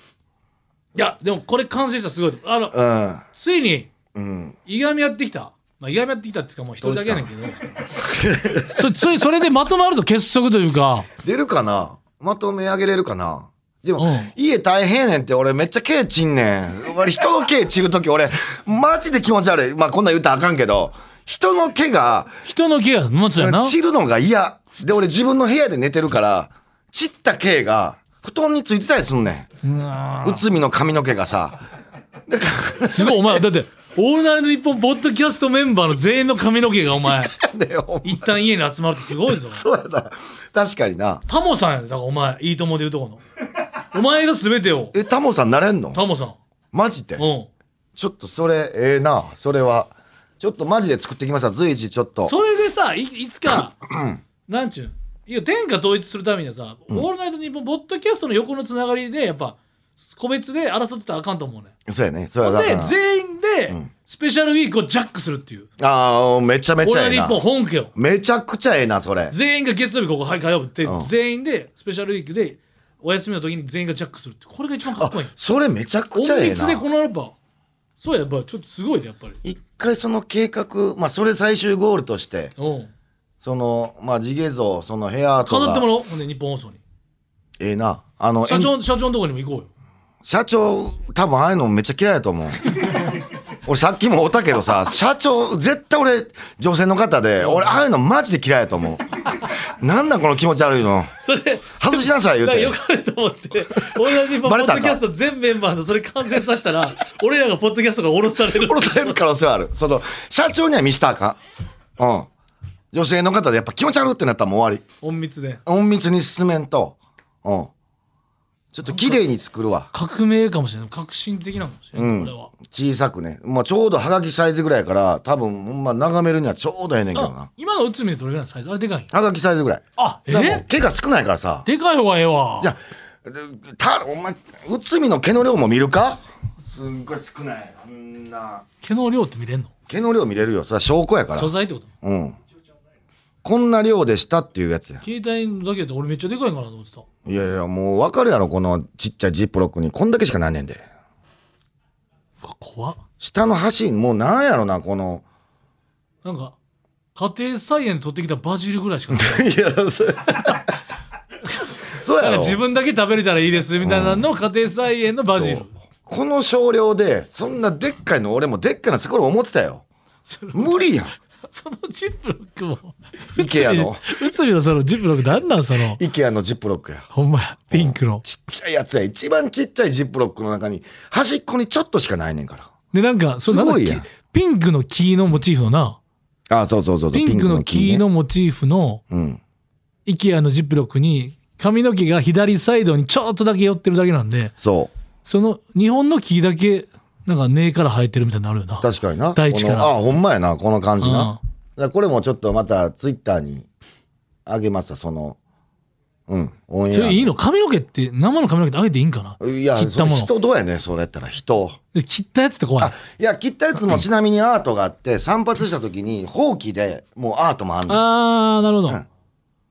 S3: いやでもこれ完成したらすごいあの
S4: うん
S3: ついに
S4: うん
S3: いがみやってきたまあいがみやってきたっていうかもう一人だけやねんけど [laughs] そそれそれでまとまると結束というか
S4: 出るかなまとめ上げれるかなでも、
S3: うん
S4: 家大変やねんって俺めっちゃ毛散んねん俺人の毛散る時俺マジで気持ち悪いまあこんなん言ったらあかんけど人の毛が
S3: 人の毛が持つ
S4: [laughs]
S3: やな
S4: 散るのが嫌で俺自分の部屋で寝てるから散った毛が布団についてたりすんねん
S3: うわー
S4: 内海の髪の毛がさ
S3: すごいお前だって「オールナイトニッポン」ポッドキャストメンバーの全員の髪の毛が
S4: [laughs]
S3: お前
S4: でお前
S3: 一旦家に集まるってすごいぞ
S4: そうやな確かにな
S3: タモさんやでだからお前いいともで言うとこのお前が全てを
S4: えタモさんなれんの
S3: タモさん
S4: マジで
S3: うん
S4: ちょっとそれええなそれはちょっとマジで作ってきました随時ちょっと
S3: それでさいいつかなんちゅうんいや天下統一するためにはさ「オールナイトニッポン」ポッドキャストの横のつながりでやっぱ個別で争ってたらあかんと思うね
S4: そうやねそれ
S3: ほ
S4: は
S3: ん
S4: だか
S3: で
S4: ら
S3: 全員で
S4: うん
S3: スペシャルウィークをジャックするっていう
S4: ああめちゃ
S3: 「オ
S4: め
S3: ー
S4: ち
S3: ルナ
S4: ゃ
S3: イト
S4: ええ
S3: ニッ
S4: な
S3: ポン」本家を
S4: めちゃくちゃええなそれ
S3: 全員が月曜日ここはい火曜日って、
S4: うん
S3: 全員でスペシャルウィークでお休みの時に全員がジャックするってこれが一番かっ
S4: あ
S3: こいい
S4: それめちゃくちゃ
S3: 音
S4: ええ
S3: 律でこ
S4: な
S3: のやっぱそうややっぱちょっとすごいねやっぱり
S4: 一回その計画まあそれ最終ゴールとして
S3: うん
S4: そのまあ地毛像そのヘアアート
S3: 飾っても
S4: が
S3: らおうほんで日本放送に
S4: ええなあの
S3: 社
S4: えん
S3: 長社長のとこにも行こうよ
S4: 社長多分ああいうのめっちゃ嫌いやと思う [laughs] 俺さっきも会ったけどさ社長絶対俺女性の方で俺ああいうのマジで嫌いやと思 [laughs] うなんなんこの気持ち悪いの
S3: それ
S4: 外しなさい言う
S3: なんかよ
S4: て
S3: かれと思って俺らにポ
S4: バレ
S3: ッ
S4: た
S3: ド
S4: ん
S3: キ
S4: だ
S3: ャスト全メンバーのそれ完成させた
S4: [laughs]
S3: ら俺らがポッドキャストが下ろされる
S4: 殺される可能性はあるその社長には見せたらあかんうん女性の方でやっぱ気持ち悪いってなったらもう終わ
S3: 隠密で
S4: り隠密に進めんとうんちょっと綺麗に作るわ
S3: 革命かもしれない革新的なのかもしれない、
S4: うん
S3: これは
S4: 小さくね、まあ、ちょうどはがきサイズぐらいやから多分ほんま眺めるにはちょうどええねんけど
S3: あ
S4: な
S3: 今の内海でどれぐらいのサイズあれでかいんや
S4: はがきサイズぐらい
S3: あ
S4: だからもう
S3: え
S4: 毛が少ないからさ
S3: でかい方がええわ
S4: じゃあたお前内海の毛の量も見るかすっごい少ないあんな
S3: 毛の量って見れんの
S4: 毛の量見れるよそれは証拠やから
S3: 素材ってこと
S4: うんこんな量でしたっていうやつや
S3: 携帯だけで俺めっちゃでかいんかなと思ってた
S4: いやいやもう分かるやろこのちっちゃいジップロックにこんだけしかなんねんで
S3: うわ怖っ
S4: 下の端もうなんやろなこの
S3: なんか家庭菜園で取ってきたバジルぐらいし [laughs] かない
S4: いやそれそうや
S3: なんか
S4: ろ
S3: 自分だけ食べれたらいいですみたいなの、家庭菜園のバジル
S4: そうこの少量でそんなでっかいの俺もでっかいのすごい思ってたよ
S3: それ
S4: 無理やん
S3: そのジップロックも
S4: IKEA の
S3: うつみのそのジップロックなんなんその
S4: IKEA のジップロックや
S3: ほんまやピンクの
S4: ちっちゃいやつや一番ちっちゃいジップロックの中に端っこにちょっとしかないねんから
S3: でなんかそれ
S4: すごい
S3: な
S4: や
S3: ん
S4: ん
S3: だっけピンクの木のモチーフのな、
S4: あ、そうそうそうそう。
S3: ピンクの木のモチーフの、
S4: ピンクの木ね。うん。
S3: IKEA のジップロックに、髪の毛が左サイドにちょっとだけ寄ってるだけなんで、
S4: そ
S3: その日本の木だけ、なんか根から生えてるみたいになるよな。
S4: う。確かにな。
S3: 大地から
S4: このあ、ほんまやな。この感じな。
S3: うん
S4: じゃあこれもちょっとまたツイッターにあげますわそのうんオンエア
S3: それいいの髪の毛って、生の髪の毛ってあげていいんかない
S4: や
S3: 切った
S4: それ
S3: もの
S4: 人どうやねそれやったら人
S3: で切ったやつって怖い
S4: あ。いや切ったやつもちなみにアートがあって散髪した時にほうきでもうアートもあんのだか
S3: あー、なるほど。
S4: うん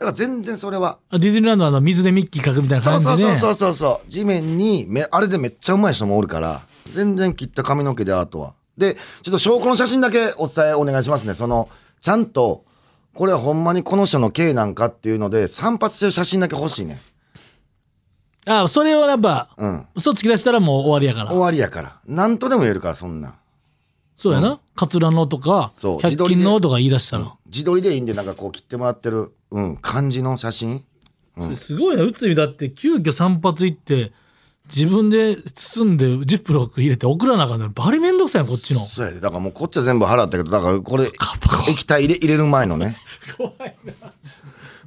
S4: ら全然それは
S3: あディズニーランドのあの水でミッキー描くみたいな
S4: そ
S3: 感
S4: う
S3: じ
S4: そうそう
S3: で。
S4: そうそうそう地面にめあれでめっちゃうまい人もおるから全然切った髪の毛でアートはでちょっと証拠の写真だけお伝えお願いしますねそのちゃんとこれはほんまにこの人の刑なんかっていうので散髪してる写真だけ欲しいね
S3: あそれをやっぱ、
S4: うん
S3: 嘘つき出したらもう終わりやから
S4: 終。わりやから何とでも言えるからそんなん
S3: そうやな。カツラのとか、
S4: そう
S3: 百
S4: 自撮り
S3: 均
S4: で
S3: のとか言い出したら。
S4: 自撮りでいいんでなんかこう切ってもらってる、うん、感じの写真うん
S3: それすごいな、内海だって急遽散髪行って、自分で包んでジップロック入れて送らなあかんのにバリめんどくさいなこっちの。
S4: そうやでだからもうこっちは全部払ったけどだからこれ
S3: カッパ怖い
S4: 液体入れ入れる前のね
S3: 怖いな。い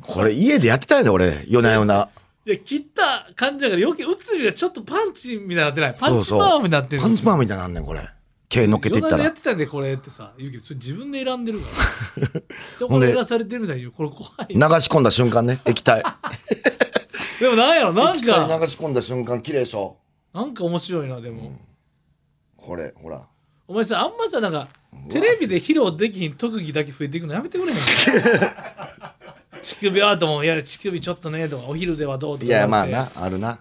S4: これ家でやってたんだ俺夜な夜な
S3: や、切った感じだから余計内海がちょっとパンチみたいになってない。パ
S4: そ
S3: ン
S4: う
S3: チ
S4: そう
S3: パームになってる。
S4: パンチパー
S3: ム
S4: マみたいになんねんこれ毛のっけていった
S3: やっ
S4: ら
S3: てたんでこれってさ、言うけど、それ自分で選んで
S4: [laughs]
S3: るから。人か
S4: ほん
S3: ら
S4: で
S3: 選ばされてるみたいに言う。これ怖い
S4: 流し
S3: な。
S4: 込んだ瞬間ね液
S3: [laughs]
S4: 体
S3: でもなんやろ、なん
S4: 液体
S3: か、
S4: 流し込んだ瞬間綺麗でしょ
S3: なんか面白いな、でも。
S4: これほら
S3: お前さ、あんまさ、なんか、テレビで披露できひん特技だけ増えていくのやめてくれへ
S4: [laughs]
S3: んか乳首はとも、いや、乳首ちょっとね、とか、お昼ではどうとか。
S4: いやまあ。なあるな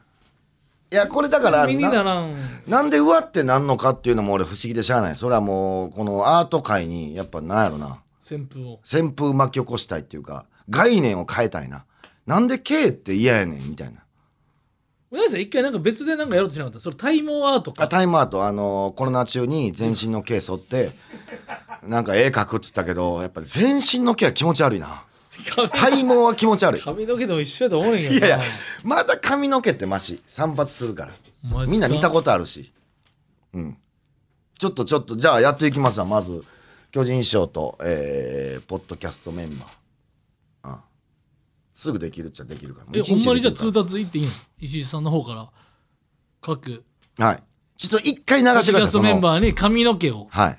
S4: いやこれだから
S3: 身にな
S4: な
S3: らん。
S4: なんでうわってなんのかっていうのも俺不思議でしゃあないそれはもうこのアート界にやっぱなんやろな
S3: 旋風を。
S4: 旋風巻き起こしたいっていうか概念を変えたいななんで K って嫌やねんみたいな
S3: おやさん、一回なんか別でなんかやろうとしなかった。それ、体毛アート
S4: あ
S3: か。
S4: タイムアウトあのコロナ中に全身の毛剃ってなんか絵描くっつったけどやっぱ全身の毛は気持ち悪いな体毛は気持ち悪い
S3: [laughs] 髪の毛でも一緒やと思うねんけ
S4: い
S3: どな。
S4: やいやまだ髪の毛ってマシ散髪するから
S3: お前さ
S4: みんな見たことあるし。うん。ちょっとちょっと、じゃあやっていきますわ。まず、巨人師匠と、えー、ポッドキャストメンバー。うん。すぐできるっちゃできるから。
S3: え、
S4: 一
S3: ほ
S4: 日
S3: んまにじゃあ
S4: できる
S3: 通
S4: か
S3: 達行っていいの石井さんの方から、各、
S4: らはい。ちょっと一回流
S3: ポッド
S4: して
S3: キ
S4: くだ
S3: ャ
S4: さい。
S3: ストメン
S4: ー。
S3: バーに髪の毛を
S4: は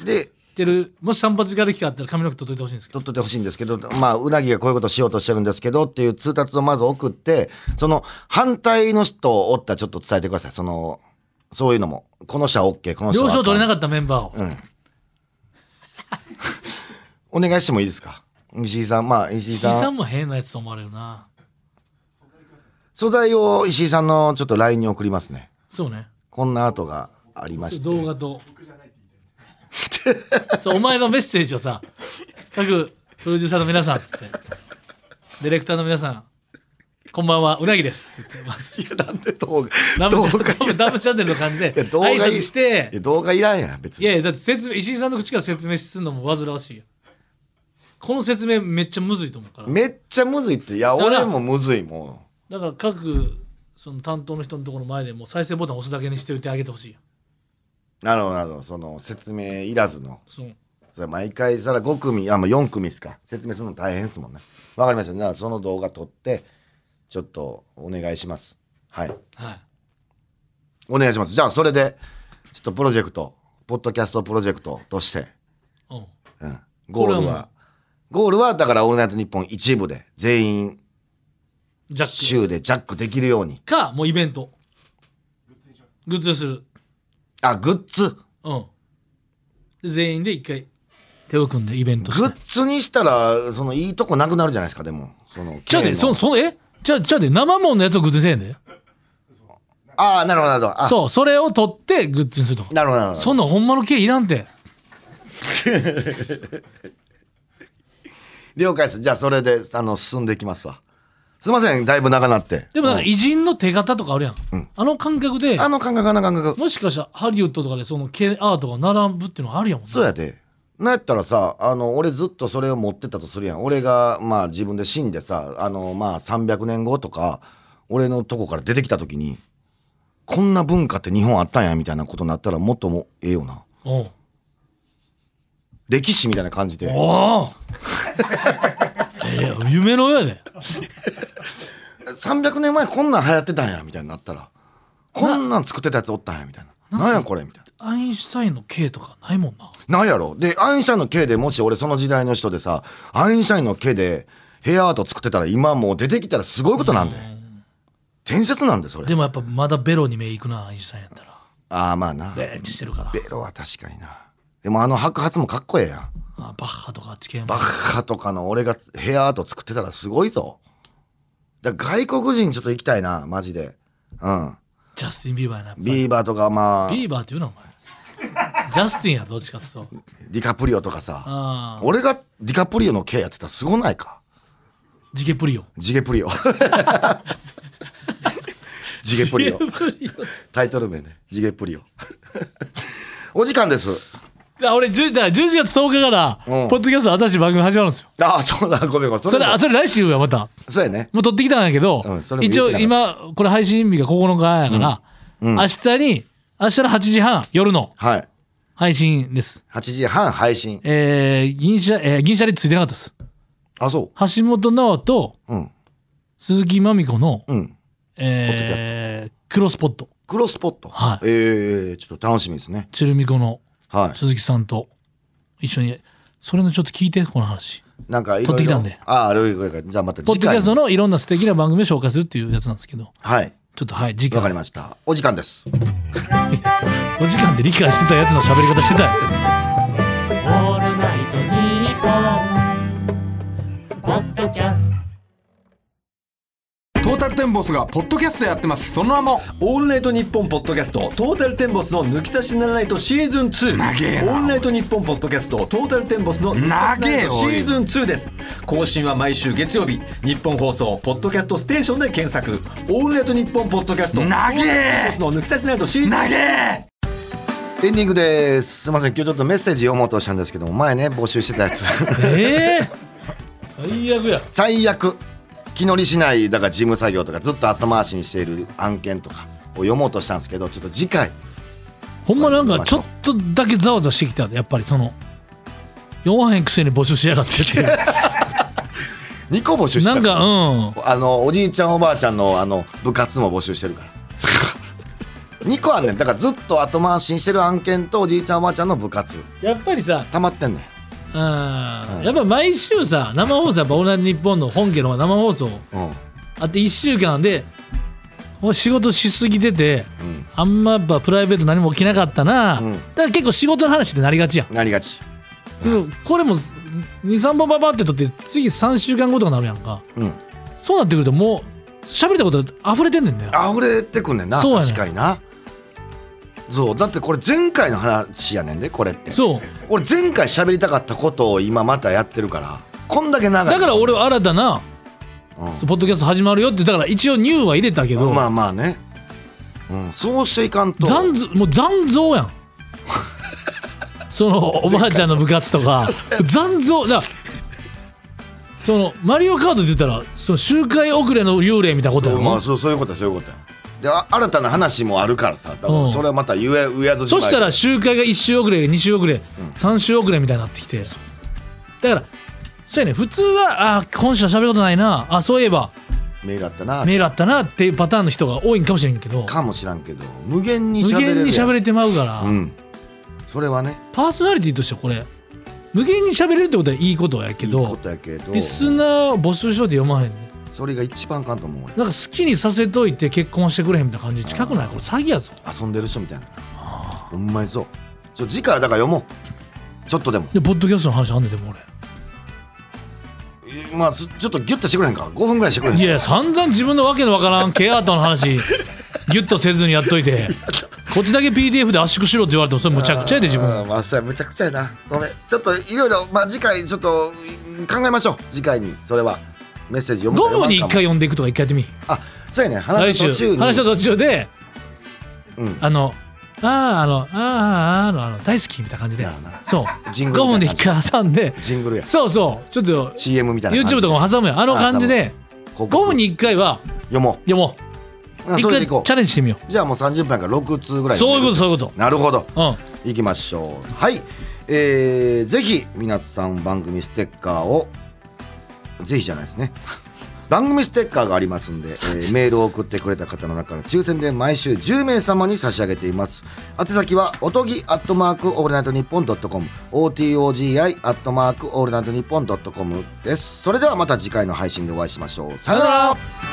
S4: い。で、
S3: してる、もし散髪ができたったら髪の毛取っといてほしいんですけど。
S4: 取っといてほしいんですけど、まあ、うなぎがこういうことしようとしてるんですけどっていう通達をまず送って、その反対の人をおったらちょっと伝えてください。その、そういうのも。この人は OK、この人は
S3: 了
S4: あかん。
S3: 承取れなかったメンバーを。
S4: うん。お願いしてもいいですか石井さん、まあ石井
S3: 石井
S4: さん。
S3: さんも変なやつと思われるな。
S4: 素材を石井さんのちょっと LINE に送りますね。
S3: そうね。
S4: こんな跡がありまして。
S3: 動画と。そう、お前のメッセージをさ、各プロデューサーの皆さんっつって、ディレクターの皆さん、こんばんは、うなぎですって言ってます。
S4: いや、 [laughs] なんで動画
S3: ラ
S4: 動
S3: ブチ
S4: 画
S3: ャンネルダブチャンネルの感じで、
S4: いや動画い
S3: 挨
S4: い
S3: 拶し
S4: いや
S3: て、
S4: 動画いらんやん、別
S3: い
S4: に。
S3: やいや、だって説明、石井さんの口から説明するのも煩わしいよ。この説明めっちゃむずいと思うから。
S4: めっちゃむずいって。いや、
S3: だから
S4: 俺もむずい、も
S3: だから各、その担当の人のところの前でもう再生ボタン押すだけにしておいてあげてほしいよ。
S4: う。なるほど、なるほど。その説明いらずの。
S3: そう。
S4: それ毎回さら5組あもう4組ですか説明するの大変ですもんねわかりましたじゃあその動画撮ってちょっとお願いしますはい
S3: はい。
S4: お願いします。じゃあ、それで、ちょっとプロジェクト、ポッドキャストプロジェクトとして、
S3: うん。
S4: うん、ゴール
S3: これはも
S4: は、ゴールは、だから、オールナイトニッポン一部で、全員、
S3: ジャック。
S4: 週でジャックできるように。
S3: かもうイベントグッズにする
S4: あ、グッズ。
S3: うんで全員で一回手を組んでイベント
S4: グ
S3: して
S4: ッズにしたら、その、いいとこなくなるじゃないですか、でも。その、
S3: じゃあで
S4: K の
S3: そそのえじゃあじゃあで生もんのやつをグッズにせえんで
S4: ああ、なるほど、なるほど。あ
S3: そうそれを取ってグッズにすると
S4: なるほど、なるほ
S3: そ
S4: ど。
S3: んなほんまの毛いらんて
S4: 了解です。じゃあ、それで、あの、進んでいきますわ。すいません、だいぶ長なって。
S3: でもなんか
S4: う
S3: 偉人の手形とかあるやん、
S4: うん
S3: あの感覚で
S4: あの感覚、あの感覚。
S3: もしかしたらハリウッドとかでその毛アートが並ぶっていうのがあるやもんな
S4: そうやで。なんやったらさ、あの、俺ずっとそれを持ってたとするやん。俺が、まあ自分で死んでさ、あの、まあ300年後とか、俺のとこから出てきた時に、こんな文化って日本あったんや、みたいなことになったらもっともええよな。
S3: おう
S4: 歴史みたいな感じで
S3: お
S4: [laughs]
S3: おいや夢のようやで
S4: 300年前こんなん流行ってたんやみたいになったらこんなん作ってたやつおったんやみたいななんやこれみたい
S3: アインシュタインの K とかないもんな
S4: ななんやろでアインシュタインの K でもし俺その時代の人でさアインシュタインの K でヘアアート作ってたら今もう出てきたらすごいことなんで伝説なんでそれ
S3: [laughs] でもやっぱまだベロに目いくなアインシュタインやったら
S4: ああまあな
S3: ベーってしてるから
S4: ベロは確かになでもあの白髪もかっこええやん
S3: あバッハとかあっち系も
S4: バッハとかの俺がヘアアート作ってたらすごいぞだから外国人ちょっと行きたいなマジでうん
S3: ジャスティン・ビーバーやなやっぱり
S4: ビーバーとかまあ
S3: ビーバーって言うなお前ジャスティンやどっちかっつうと
S4: ディカプリオとかさ
S3: ああ
S4: 俺がディカプリオの K やってたらすごないか
S3: ジゲプリオ
S4: ジゲプ
S3: [laughs]
S4: リオジゲプリオ
S3: ジゲプリオ
S4: タイトル名ねジゲプリオ [laughs] お時間です
S3: だから俺じゅだから11月10日から、
S4: うん
S3: ポッドキャスト新しい番組始まるんですよ
S4: ああそうだごめんごめんそ
S3: そ
S4: れ
S3: れ
S4: も
S3: あそれ来週やまた
S4: そうやね
S3: もう撮ってきたんやけど、
S4: うんそれも言っ
S3: 一
S4: てなかった
S3: 応今これ配信日が9日やから、
S4: うん
S3: 明日に明日の8時半夜の
S4: はい
S3: 配信です
S4: 8時半配信
S3: えー、銀シャえー、銀シャリついてなかったです
S4: あそ
S3: 橋本直と
S4: ううん
S3: 鈴木まみこの、
S4: うんポッドキ
S3: えー、クロスポット
S4: クロスポット
S3: はい
S4: ええちょっと楽しみですね
S3: チェルミコの
S4: はい
S3: 鈴木さんと一緒にそれのちょっと聞いてこの話
S4: なんかいろいろ
S3: 撮ってきたんで
S4: ああ、いろいろいろいろじゃあまた
S3: ポッ
S4: 次
S3: ドキャ
S4: 回
S3: スト
S4: に。
S3: のいろんな素敵な番組を紹介するっていうやつなんですけど
S4: はい。
S3: ちょっとはい次
S4: わか
S3: 回
S4: りました。お時間です。
S3: お時間で理解してたやつの喋り方してたよ
S4: [laughs]
S2: オールナイトニッポン」ポッドキャスト
S5: トータルテンボスがポッドキャストやってますその名も
S6: オールナイトニッポンポッドキャストトータルテンボスの抜き差しならないとシーズン2
S5: 長えな
S6: オールナイトニッポンポッドキャストトータルテンボスの抜き差しならないとシーズン2です更新は毎週月曜日日本放送ポッドキャストステーションで検索オールナイトニッポンポッドキャスト
S5: 長え
S6: の抜き差しならないとシーズン
S5: 投げ
S4: エンディングです。すみません。今日ちょっとメッセージ読もうとしたんですけども、前ね、募集してたやつ。
S3: ええ最悪や
S4: 最悪。気乗りしない、だから事務作業とか、ずっと後回しにしている案件とかを読もうとしたんですけど、ちょっと次回。
S3: ほんまなんかちょっとだけざわざわしてきたやっぱりその読まへんくせに募集しや
S4: [laughs]
S3: がってっていう
S4: 2個募集して
S3: な
S4: た
S3: ん
S4: から
S3: かうん
S4: あの、おじいちゃんおばあちゃんの、あの、部活も募集してるから。2個あんねん。だからずっと後回しにしてる案件と、おじいちゃんおばあちゃんの部活。
S3: やっぱりさ
S4: 溜まってんねん。
S3: うんやっぱ毎週さ生放送やっぱ「オールナイトニッポン」の本家の生放送
S4: うん。
S3: あって1週間でお仕事しすぎてて
S4: うん。
S3: あんまやっぱプライベート何も起きなかったな、
S4: うん
S3: だから結構仕事の話ってなりがちやん、
S4: なりがち。
S3: でもこれも23本ババって取って次3週間後とかなるやんか
S4: うん。
S3: そうなってくるともう喋りたこと溢れてんねんね
S4: 溢れてくんねんな、
S3: そうやねん
S4: 確かになそうだってこれ前回の話やねんでこれって
S3: そう
S4: 俺前回喋りたかったことを今またやってるからこんだけ長い
S3: だから俺は新たな
S4: うん
S3: そうポッドキャスト始まるよってだから一応ニューは入れたけど、
S4: まあまあね、うん、そうしていかんと
S3: 残像もう残
S4: [laughs]
S3: 像やんそのおばあちゃんの部活
S4: [laughs]
S3: とか残像だからそのマリオカードって言ったらその周回遅れの幽霊みたいなことや
S4: うんま
S3: ろ
S4: あ、そうそういうことやそういうことやであ新たな話もあるからさだからそれはまたゆえうやずじま
S3: そ
S4: い
S3: したら周回が1週遅れ2週遅れ、3週遅れみたいになってきてだからそうやね普通はあー今週は喋ることないなあそういえば
S4: メールあったな
S3: メールあったなっていうパターンの人が多いんかもしれんけど
S4: かもしらんけど無限に
S3: 無
S4: 喋れるやん
S3: 限に喋れてまうから、
S4: うんそれはね
S3: パーソナリティとしてはこれ無限に喋れるってことはいいことやけど
S4: いいことやけど
S3: リスナー募集しようって読まへんね
S4: それが一番あかんと思う俺
S3: なんか好きにさせといて結婚してくれへんみたいな感じ近くないこれ詐欺やぞ
S4: 遊んでる人みたいなほんまにそうちょ次回はだから読もうちょっとでも
S3: でポッドキャストの話あんねんでも
S4: えまあすちょっとギュッとしてくれへんか5分ぐらいしてくれへ
S3: 俺
S4: ん
S3: いや散々自分のわけのわからんケアート
S4: [laughs]
S3: の話ギュッとせずにやっといてこっちだけ PDF で圧縮しろって言われてもそれむちゃくちゃやで自
S4: あー
S3: 分
S4: まあそうやむちゃくちゃやなごめんちょっといろいろまあ次回ちょっとうん考えましょう次回にそれはメッセージ読むか
S3: ゴムに
S4: 読
S3: 一
S4: まんか
S3: 回
S4: も
S3: 読んでいくとか一回やってみ
S4: あそうやね
S3: 来
S4: 話の
S3: 週
S4: 途中に
S3: 話の途中で
S4: うん
S3: あのあああのあああのあの大好きみたいな感じで
S4: なるほどな
S3: そう
S4: ジングル
S3: ゴ
S4: みた
S3: ム
S4: いな
S3: で
S4: 感
S3: 一
S4: じ
S3: 回挟んで
S4: ジングルや
S3: そうそうちょっと
S4: CM みたいな感じ
S3: YouTube とかも挟むやんあの感じで
S4: こう
S3: ゴムに一回は
S4: 読も
S3: 読も
S4: ううん
S3: う一
S4: それでい
S3: 回チ
S4: こ
S3: ャレンジしてみよ
S4: うじゃあもう30分やから6通ぐら
S3: う
S4: い
S3: そういうこと
S4: う
S3: そういうこ
S4: なるほど
S3: とうん
S4: いきましょうはいえーぜひ皆さん番組ステッカーをぜひじゃないですね番組ステッカーがありますんで、えーメールを送ってくれた方の中から抽選で毎週10名様に差し上げています宛先はおとぎアットマークオールナイトニッポンドットコム OTOGI アットマークオールナイトニッポンドットコムですそれではまた次回の配信でお会いしましょうさよなら